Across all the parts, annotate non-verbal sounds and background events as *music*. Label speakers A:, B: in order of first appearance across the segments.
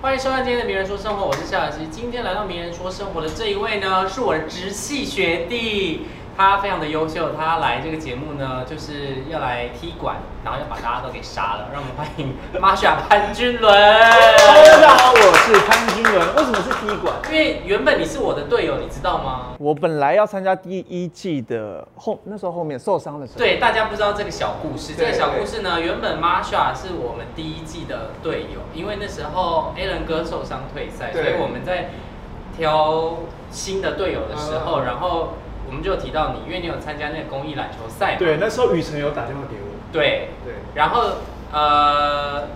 A: 欢迎收看今天的《名人说生活》，我是夏小琪。今天来到《名人说生活》的这一位呢，是我的直系学弟，他非常的优秀，他来这个节目呢，就是要来踢馆，然后要把大家都给杀了。让我们欢迎 Masha 潘君伦。
B: 哎
C: Hello，大家好，我是潘君伦。为什么是踢馆？
A: 因为原本你是我的队友，你知道吗？
C: 我本来要参加第一季的后，那时候后面受伤的时候，，
A: 对，大家不知道这个小故事。这
C: 对
A: 个小故事呢，原本 Masha 是我们第一季的队友，因为那时候 Alan 哥受伤退赛，所
C: 对
A: 以我们在挑新的队友的时候，
B: 嗯
A: 然后我们就有提到你，因为你有参加那个公益篮球赛嘛。
B: 对，那时候雨辰有打电话给我，
A: 对
B: 对
A: 然后呃，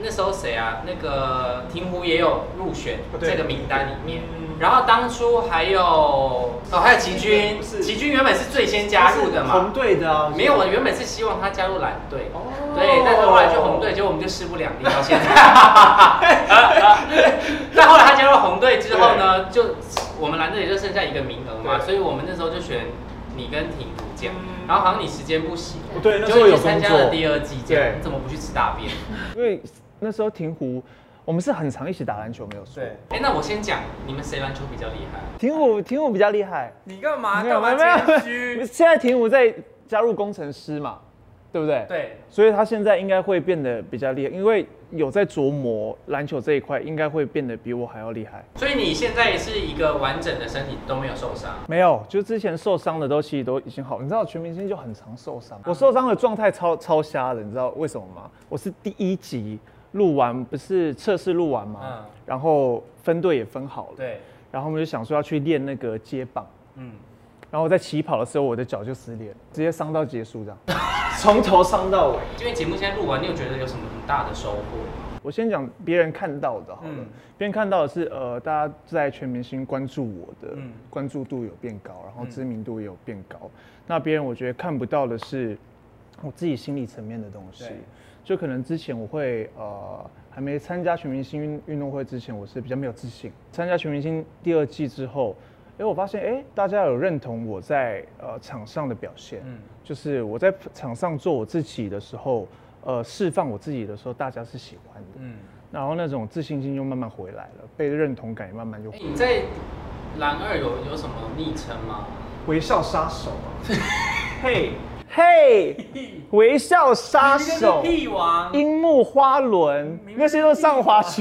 A: 那时候谁啊？那个亭湖也有入选
B: 哦对
A: 这个名单里面。
B: 嗯
A: 然后当初还有哦，还有齐军，
B: 不是
A: 齐军原本是最先加入的嘛，
B: 红队的啊，
A: 没有，我原本是希望他加入蓝队，
B: 哦
A: 对，但是后来就红队，结果我们就势不两立到现
B: *laughs*
A: 在。但后来他加入红队之后呢，就我们蓝队也就剩下一个名额嘛，
B: 对
A: 所以我们那时候就选你跟婷不这样
B: 嗯。
A: 然后好像你时间不行，
B: 对，那时
A: 就你
B: 候
A: 去
B: 有
A: 参
B: 工
A: 加了
B: 作，
A: 第二季这样
B: 对，
A: 你怎么不去吃大便？
C: 因为那时候停湖，我们是很常一起打篮球，没有错。
B: 对，
A: 哎，那我先讲，你们谁篮球比较厉害？
C: 停湖，停湖比较厉害。
A: 你干嘛
C: 没有现在停湖在加入工程师嘛，对不
A: *laughs*
C: 对？。
A: 对，
C: 所以他现在应该会变得比较厉害，因为有在琢磨篮球这一块，应该会变得比我还要厉害。
A: 所以你现在是一个完整的身体都没有受伤。
C: 没有，就之前受伤的都其实都已经好。你知道全明星就很常受伤，
A: 啊
C: 我受伤的状态超超瞎的，你知道为什么吗？我是第一集录完，不是测试录完吗？
A: 嗯
C: 然后分队也分好了，
A: 对，
C: 然后我们就想说要去练那个接棒，
A: 嗯。
C: 然后我在起跑的时候我的脚就撕裂了，直接伤到结束这样，从头伤到尾。
A: 因为节目现在录完，你有觉得有什么很大的收获吗？
C: 我先讲别人看到的好了，
A: 嗯
C: 别人看到的是呃，大家在全明星关注我的、
A: 嗯
C: 关注度有变高，然后
A: 嗯
C: 知名度也有变高。那别人我觉得看不到的是我自己心理层面的东西
A: 对，
C: 就可能之前我会呃还没参加全明星运运动会之前，我是比较没有自信。参加全明星第二季之后，哎、我发现哎、诶大家有认同我在呃场上的表现，
A: 嗯
C: 就是我在场上做我自己的时候，呃，释放我自己的时候，大家是喜欢的，
A: 嗯，
C: 然后那种自信心就慢慢回来了，被认同感也慢慢就
A: 哎、你在蓝二有有什么昵称吗？
B: 微笑杀手啊，
C: 嘿嘿，
B: *laughs*
C: 微笑杀手。
A: 屁王，
C: 樱木花轮那些都上滑去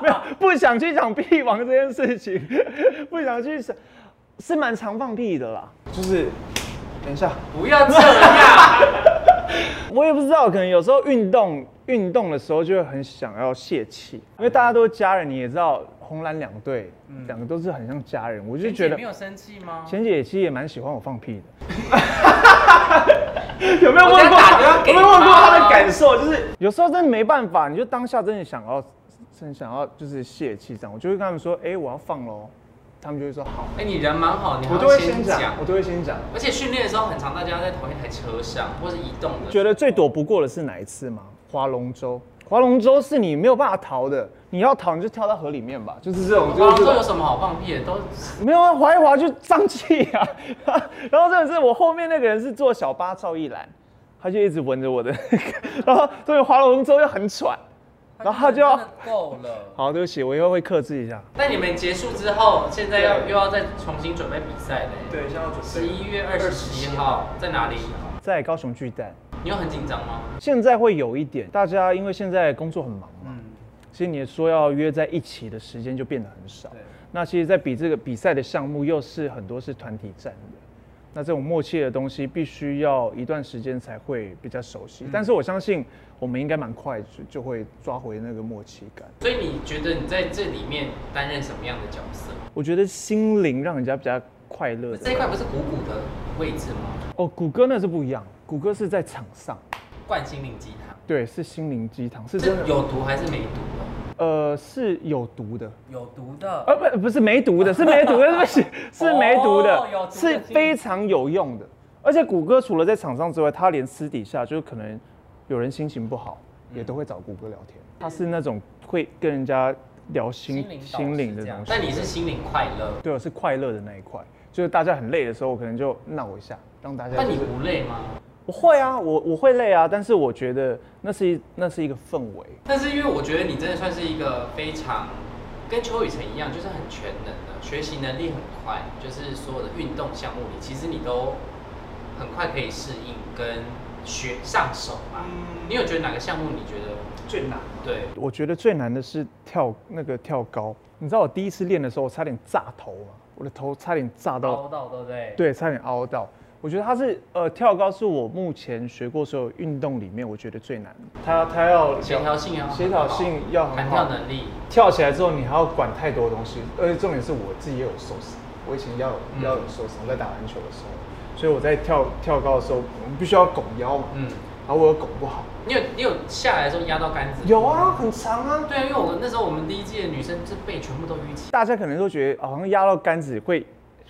B: *laughs*
C: 没有不想去讲屁王这件事情，不想去想，是蛮常放屁的啦。就是，等一下，
A: 不要这样。
C: 我也不知道，可能有时候运动运动的时候就会很想要泄气，因为大家都是家人，你也知道红蓝两队，两、个都是很像家 *laughs* 人，我就觉得
A: 有生气吗
C: 钱姐其实也蛮喜欢我放屁的。 *laughs* 有没有
A: 我
C: 问
A: 在
C: 过
A: 打电话
C: 她？
A: 给
C: 有没有问过
A: 她
C: 她的感受？就是有时候真的没办法，你就当下真的想要，真的想要就是泄气这样，我就会跟他们说，哎、我要放喽，他们就会说好，
A: 哎、你人蛮好，你
C: 我
A: 好
C: 都
A: 像
C: 会先讲，我都会先讲。
A: 而且训练的时候，很常大家在同一台车上或是移动的。
C: 觉得最躲不过的是哪一次吗？划龙舟，划龙舟是你没有办法逃的，你要逃你就跳到河里面吧，就是这种，就
A: 花
C: 是这
A: 说有
C: 种。
A: 什么好放屁的？都
C: 没有啊，划一划就胀气啊。 *laughs* 然后真的是我后面那个人是坐小巴赵一兰，他就一直闻着我的 *laughs* 那个，然后所以划龙舟又很喘，然后他就要
A: 真的够了。
C: 好，对不起，我以后会克制一下。
A: 那你们结束之后，现在要又
B: 对
A: 要再重新准备比赛了、
B: 对，现在要准备
A: 十一月二十七
B: 27
A: 号在哪里？
C: 在高雄巨蛋，
A: 你有很紧张吗？
C: 现在会有一点，大家因为现在工作很忙嘛，
B: 嗯，
C: 其实你说要约在一起的时间就变得很少
B: 对。
C: 那其实，在比这个比赛的项目，又是很多是团体战的。那这种默契的东西，必须要一段时间才会比较熟悉。但是我相信，我们应该蛮快就就会抓回那个默契感。
A: 所以你觉得你在这里面担任什么样的角色？
C: 我觉得心灵让人家比较快乐
A: 这
C: 的
A: 一块不是鼓鼓的位置吗？
C: 哦，谷歌那是不一样，谷歌是在场上，
A: 灌心灵鸡汤，
C: 对，是心灵鸡汤，是真
A: 这
C: 的，
A: 有毒还是没毒的？
C: 呃，是有毒的。
A: 有毒的。
C: 呃，不，不是没毒的，是没毒的，对不起，是 *laughs* 没毒的，
A: 哦有毒的
C: 是非常有用的。而且谷歌除了在场上之外，他连私底下就是可能有人心情不好，也都会找谷歌聊天。他是那种会跟人家聊心心灵的东西。
A: 但你是心灵快乐，
C: 对，我是快乐的那一块，就是大家很累的时候，我可能就闹一下，让大家、
A: 那
C: 就是。
A: 你不累吗？
C: 我会啊，我我会累啊，但是我觉得那是一那是一个氛围。
A: 但是因为我觉得你真的算是一个非常跟邱雨辰一样，就是很全能的，学习能力很快，就是所有的运动项目你其实你都很快可以适应跟学上手嘛。
B: 嗯
A: 你有觉得哪个项目你觉得
B: 最难。
A: 对？
C: 我觉得最难的是跳那个跳高，你知道我第一次练的时候，我差点炸头嘛，我的头差点炸到
A: 凹到对不对？
C: 对，差点凹到。我觉得它是呃，跳高是我目前学过所有运动里面我觉得最难的。它它要
A: 协调性要啊很好
C: 协调性要很
A: 弹
C: 好
A: 跳。能力，
C: 跳起来之后，你还要管太多东西，而且重点是我自己也有受伤。我以前要
A: 嗯
C: 要有受伤，在打篮球的时候，所以我在跳跳高的时候，我们必须要拱腰嘛，
A: 嗯，
C: 然后我有拱不好。
A: 你有你有下来的时候压到杆子？
C: 有啊，很长啊。
A: 对啊，因为我那时候我们第一届的女生这背全部都淤青，
C: 大家可能都觉得好像压到杆子会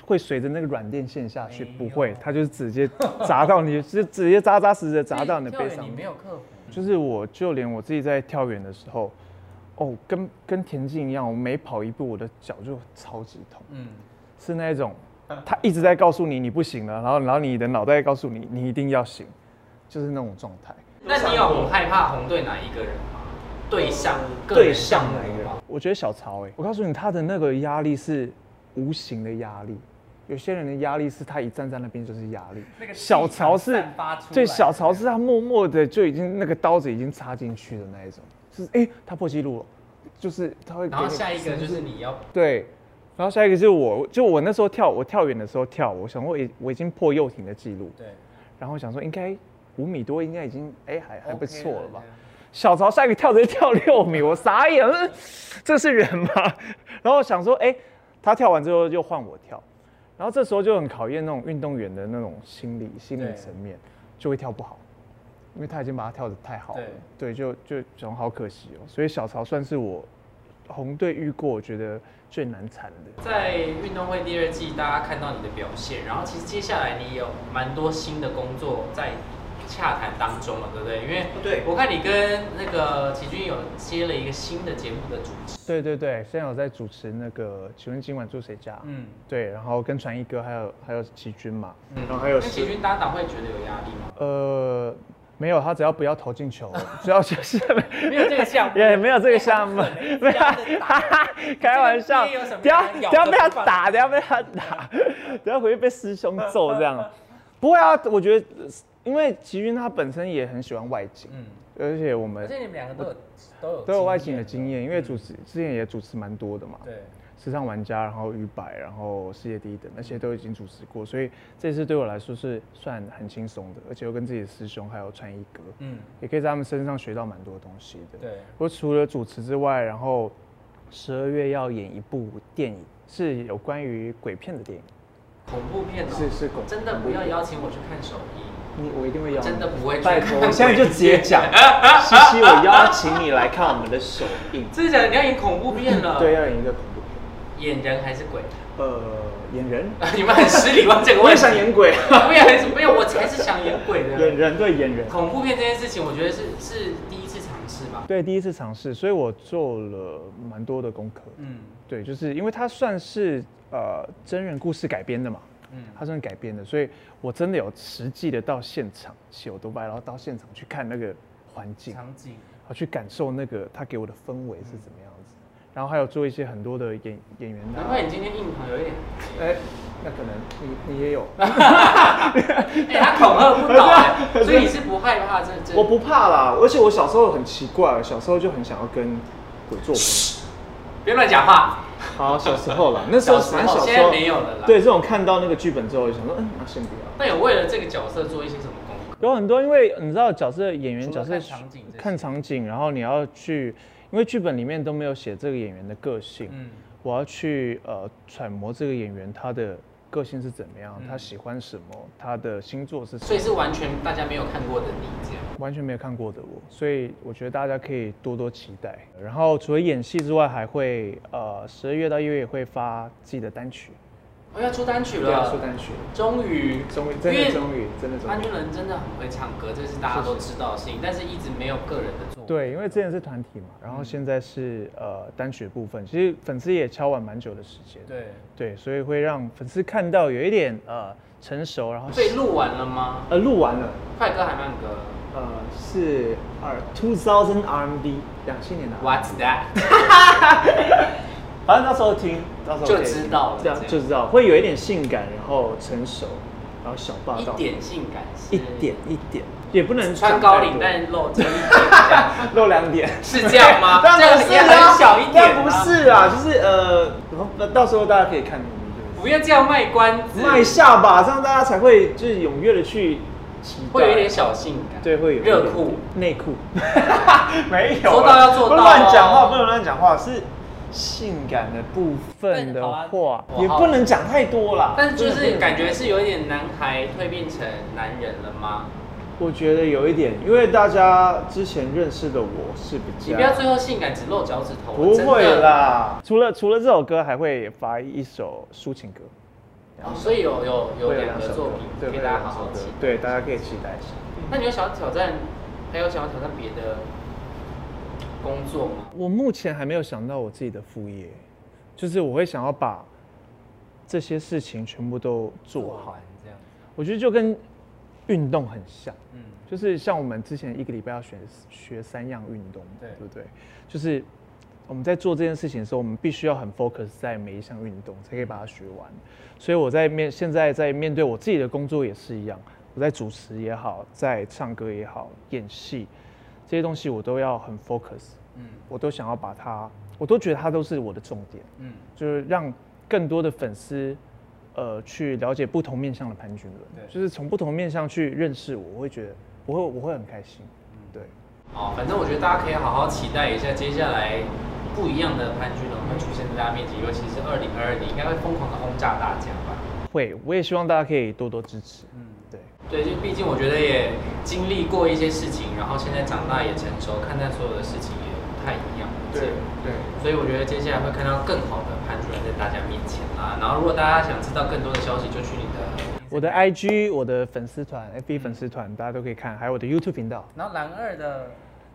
C: 会随着那个软垫陷下去，
A: 没有
C: 不会，它就是直接砸到你， *laughs* 就直接扎扎实实的砸到你的
A: 跳
C: 背
A: 远
C: 上
A: 你
C: 面
A: 没。有克服，
C: 就是我就连我自己在跳远的时候，哦，跟跟田径一样，我每跑一步我的脚就超级痛，
A: 嗯，
C: 是那
A: *laughs*
C: 一种他一直在告诉你你不行了，然后然后你的脑袋告诉你你一定要行，就是那种状态。
A: 那你有很害怕红队哪一个人吗？对象，
C: 呃
A: 个人项目吗？
C: 我觉得小曹哎、我告诉你，他的那个压力是无形的压力。有些人的压力是他一站在那边就是压力，
A: 那个气
C: 小曹
A: 场
C: 是
A: 散发出来
C: 对
A: 的
C: 小曹是他默默的就已经那个刀子已经插进去的那一种，就是哎、他破纪录了，就是他会给
A: 然后
C: 你
A: 下一个就是你要
C: 对，然后下一个就是我，就我那时候跳，我跳远的时候跳，我想我已我已经破游艇的记录，
A: 对，
C: 然后想说应该五米多应该已经哎、还还不错了
A: OK
C: 吧
A: 了对
C: 小曹下一个跳直接跳六米，我傻眼， *laughs* 嗯这是人吗？ *laughs* 然后想说哎、他跳完之后就换我跳，然后这时候就很考验那种运动员的那种心理心理
A: 对
C: 层面，就会跳不好。因为他已经把它跳得太好了，对，就就总好可惜哦。所以小曹算是我红队遇过我觉得最难缠的。
A: 在运动会第二季，大家看到你的表现，然后其实接下来你有蛮多新的工作在洽谈当中了，对不对？因为
B: 对
A: 我看你跟那个齐军有接了一个新的节目的主持，
C: 对对对，现在有在主持那个，请问今晚住谁家？
A: 嗯
C: 对，然后跟传一哥还有还有齐军嘛，
A: 嗯
C: 然后还有
A: 跟齐军搭档会觉得有压力吗？
C: 呃，没有，他只要不要投进球，只要就是
A: *laughs*
C: *laughs*
A: 没有这个项目， *laughs*
C: 也没有这个项目，没有，哈哈，开玩笑，
A: 你这个
C: 等
A: 边有什
C: 下
A: 么
C: 等下被他
A: 咬着不放
C: 打，等下被他打，等下回去被师兄揍
A: *laughs*
C: 这样。不会啊，我觉得，因为齐军他本身也很喜欢外景，
A: 嗯，
C: 而且我们
A: 而且你们两个都有都有
C: 都有外景
A: 经
C: 的
A: 验嗯
C: 经验，因为主持之前也主持蛮多的嘛。
A: 对。
C: 时尚玩家，然后于白，然后世界第一等，那些都已经主持过，所以这次对我来说是算很轻松的，而且又跟自己的师兄还有穿衣哥，
A: 嗯，
C: 也可以在他们身上学到蛮多东西的。
A: 对，
C: 我除了主持之外，然后十二月要演一部电影，是有关于鬼片的电影。
A: 恐怖片哦，
C: 是是恐
A: 真的不要邀请我去看首映，
C: 你我一定会
A: 真的不会去
B: 拜
A: 看。
B: 托，我现在就直接
A: *laughs*
B: 讲，西西，我邀请你来看我们的首映。
A: 真的假的？你要演恐怖片了？
C: *laughs* 对，，要啊演一个恐怖片。
A: 演人还是鬼？ *laughs* 啊
C: 呃，演人，
A: 你们很失礼问这个
C: 我
A: 问
C: 也
A: 题。
C: 想演鬼，
A: 我也很 *laughs* 没有，我才是想演鬼
C: 演
A: 的。
C: 人对演人。
A: 恐怖片这件事情，我觉得是是第一次尝试吧。
C: 对，第一次尝试，所以我做了蛮多的功课。
A: 嗯
C: 对，就是因为它算是呃真人故事改编的嘛，
A: 嗯，
C: 它算是改编的，所以我真的有实际的到现场写我独白，然后到现场去看那个环境，然
A: 场景
C: 后去感受那个他给我的氛围是怎么样子，然后还有做一些很多的演演员
A: 难
C: 啊，
A: 怪你今天硬糖有一点， *laughs*
C: 哎，那可能你你也有，
A: 哎，他恐吓不到
C: *laughs*
A: 哎，所以你是不害怕这这？
C: 啊我不怕啦，而且我小时候很奇怪，小时候就很想要跟鬼 *laughs* 做朋友。
A: 别乱讲话。
C: 好，小时候啦，那时候
A: 小时候
C: 反正小
A: 现
C: 时
A: 在
C: 候
A: 没有了啦
C: 对，这种看到那个剧本之后，就想说，嗯，那先不要。
A: 那有为了这个角色做一些什么功课？
C: 有很多，因为你知道角色演员
A: 除了
C: 角色
A: 看场景这些
C: 看场景，然后你要去，因为剧本里面都没有写这个演员的个性，
A: 嗯
C: 我要去呃揣摩这个演员他的个性是怎么样，
A: 嗯
C: 他喜欢什么，他的星座是什
A: 所
C: 么，
A: 以是完全大家没有看过的你这样。
C: 完全没有看过的我，所以我觉得大家可以多多期待。然后除了演戏之外，还会呃十二月到一月也会发自己的单曲，
A: 我哦要出单曲
C: 对啊，出
A: 了，
C: 单曲，
A: 终于，
C: 终于真
A: 因
C: 的
A: 为
C: 终于真的终
A: 安
C: 于
A: 俊。人真的很会唱歌，这是大家都知道的事情，但是一直没有个人的作品。
C: 对，因为之前
B: 嗯
C: 是团体嘛，然后现在是呃单曲的部分，其实粉丝也敲碗蛮久的时间，
A: 对，
C: 对，所以会让粉丝看到有一点呃成熟，然后
A: 所以录完了吗？
B: 呃，录完了，
A: 快歌还慢歌
B: 呃，是二 two thousand RMB 两千年的 RMB，
A: ？What's that？
B: 反正到时候听，到时候
A: 就
B: 可以
A: 知道了
B: 这样
A: 这样
B: 就知道，会有一点性感，然后成熟，然后小霸
A: 一
B: 道，
A: 点性感是
B: 一点一点，也不能
A: 穿
B: 讲
A: 高
B: 太
A: 领
B: 多
A: 但露这一点这样，
B: 露两点。？
A: 是这样吗
B: *laughs* 当
A: 这
B: 然
A: 样
B: 不是
A: 也
B: 啊，
A: 很小一点啊，
B: 当然不是啊，就是呃，那到时候大家可以看
A: 不要这样卖关子，
B: 卖下吧，这样大家才会就是踊跃的去期待。
A: 会有一点小性感，
B: 对，会有一点
A: 热裤，
B: 内
A: *laughs*
B: 裤，没有啊，
A: 说到要做到哦
B: 不能乱讲话，不能乱讲话，是性感的部分的话，
A: 对好啊
B: 也不能讲太多啦。
A: 但是就
B: 真的
A: 是
B: 不能
A: 感觉是有一点男孩蜕变成男人了吗？
B: 我觉得有一点，因为大家之前认识的我是
A: 你
B: 比
A: 不要
B: 较
A: 最后性感只露脚趾头，
B: 啊不
A: 真的
B: 会。啦，
C: 除了除了这首歌，还会发一首抒情歌。
A: 哦所以有有有
B: 会
A: 两个
B: 首
A: 作
B: 歌
A: 品
B: 对，
A: 可以
B: 会
A: 大
B: 有
A: 家
B: 两
A: 好
B: 首
A: 好
B: 歌
A: 期待。
B: 对，大家可以期待一下。
A: 那你有想要挑战，还有想要挑战别的工作吗？
C: 我目前还没有想到我自己的副业，就是我会想要把这些事情全部都做好。
A: 完这样，
C: 我觉得就跟运动很像，
A: 嗯，
C: 就是像我们之前一个礼拜要学学三样运动，
A: 对
C: 不对？就是我们在做这件事情的时候，我们必须要很 focus 在每一项运动，才可以把它学完。所以我在面现在在面对我自己的工作也是一样，我在主持也好，在唱歌也好，演戏这些东西我都要很 focus，
A: 嗯
C: 我都想要把它，我都觉得它都是我的重点。
A: 嗯，
C: 就是让更多的粉丝，呃，去了解不同面向的潘君
A: 对
C: 伦，就是从不同面向去认识我，我会觉得我会我会很开心，对，
A: 哦，反正我觉得大家可以好好期待一下，接下来不一样的潘君龙会出现在大家面前，尤其是二零二二年，应该会疯狂的轰炸大家吧。
C: 会，我也希望大家可以多多支持，
A: 嗯，
C: 对，
A: 对，就毕竟我觉得也经历过一些事情，然后现在长大也成熟，看待所有的事情也不太一样。
B: 对。
A: 所以我觉得接下来会看到更好的潘主任在大家面前啦。然后如果大家想知道更多的消息，就去你的
C: 我的 IG、我的粉丝团、FB
A: 嗯
C: 粉丝团大家都可以看，还有我的 YouTube 频道，
A: 然后蓝二的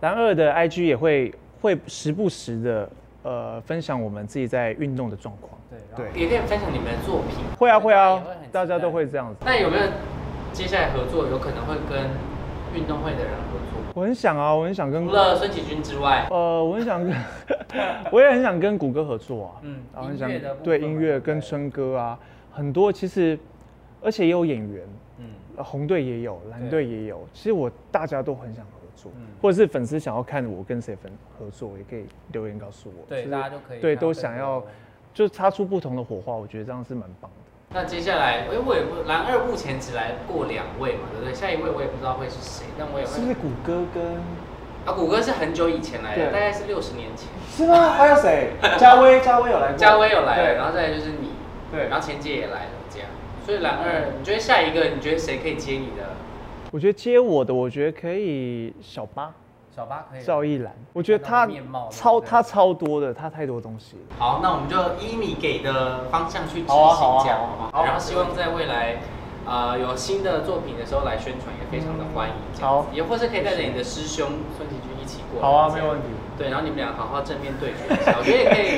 C: 然二的 IG 也会会时不时的呃分享我们自己在运动的状况，对
A: 也可以分享你们的作品。
C: 会啊会啊
A: 也会很期待，
C: 大家都会这样子。
A: 那有没有接下来合作有可能会跟运动会的人合作？
C: 我很想啊，我很想跟
A: 除了孙启军之外，
C: 呃，我很
A: *laughs*
C: 想跟，我也很想跟谷歌合作啊，
A: 嗯
C: 然后
A: 音
C: 很想
A: 乐的部
C: 对
A: 分
C: 音
A: 嘛对
C: 乐
A: 不
C: 跟
A: 对
C: 春哥啊，很多其实，而且也有演员，
A: 嗯，
C: 呃红队也有，蓝
A: 对
C: 队也有，其实我大家都很想合作，
A: 嗯
C: 或者是粉丝想要看我跟谁分合作，也可以留言告诉我，
A: 对，
C: 其实
A: 大家都可以。
C: 对都想要，就擦出不同的火花，我觉得这样是蛮棒的。
A: 那接下来，哎、我也不，蓝二目前只来过两位嘛，对不对？下一位我也不知道会是谁，但我也
B: 是不
A: 会
B: 是。谷歌跟？
A: 啊，谷歌是很久以前来的，
B: 对
A: 大概是六十年前。
B: 是吗？ *laughs* 还
A: *laughs*
B: 有谁？嘉威，嘉威有来过。
A: 嘉威有来了，
B: 对
A: 然后再来就是你，
B: 对
A: 然后前届也来了，这样。所以蓝二，你觉得下一个，你觉得谁可以接你的？
C: 我觉得接我的，我觉得可以小八
A: 小八
B: 哎
A: 可以
C: 赵一兰，我觉得
A: 看到
C: 他
A: 的面貌
C: 超
A: 对不对
C: 他超多的，他太多东西了。
A: 好，那我们就依你给的方向去执行，这
B: 好
A: 样
B: 啊好啊好啊
A: 不
B: 好啊
A: 然后希望在未来，呃，有新的作品的时候来宣传，也非常的欢迎。这样子
B: 好
A: 也或是可以带着你的师兄孙启军一起过来。
B: 好啊，
A: 这
B: 没
A: 样
B: 有问题。
A: 对，然后你们俩好好正面对决一下，我觉得也可以，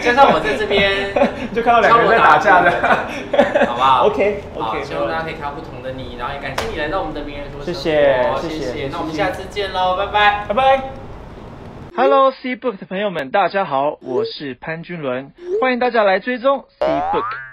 A: 加上我在这边
B: *laughs* 就看到两个人在打架的
A: 敲锣打鼓好不好
B: *laughs* OK，OK，
A: 好
B: 没问题
A: 希望大家可以看到不同的你，然后也感谢你来到我们的名人说
B: 谢
A: 生
B: 谢
A: 活
B: 谢谢
A: 谢谢，那我们
B: 谢谢
A: 下次见喽，拜拜。
B: 拜拜。
C: Hello C Book 的朋友们，大家好，我是潘君伦，欢迎大家来追踪 C Book。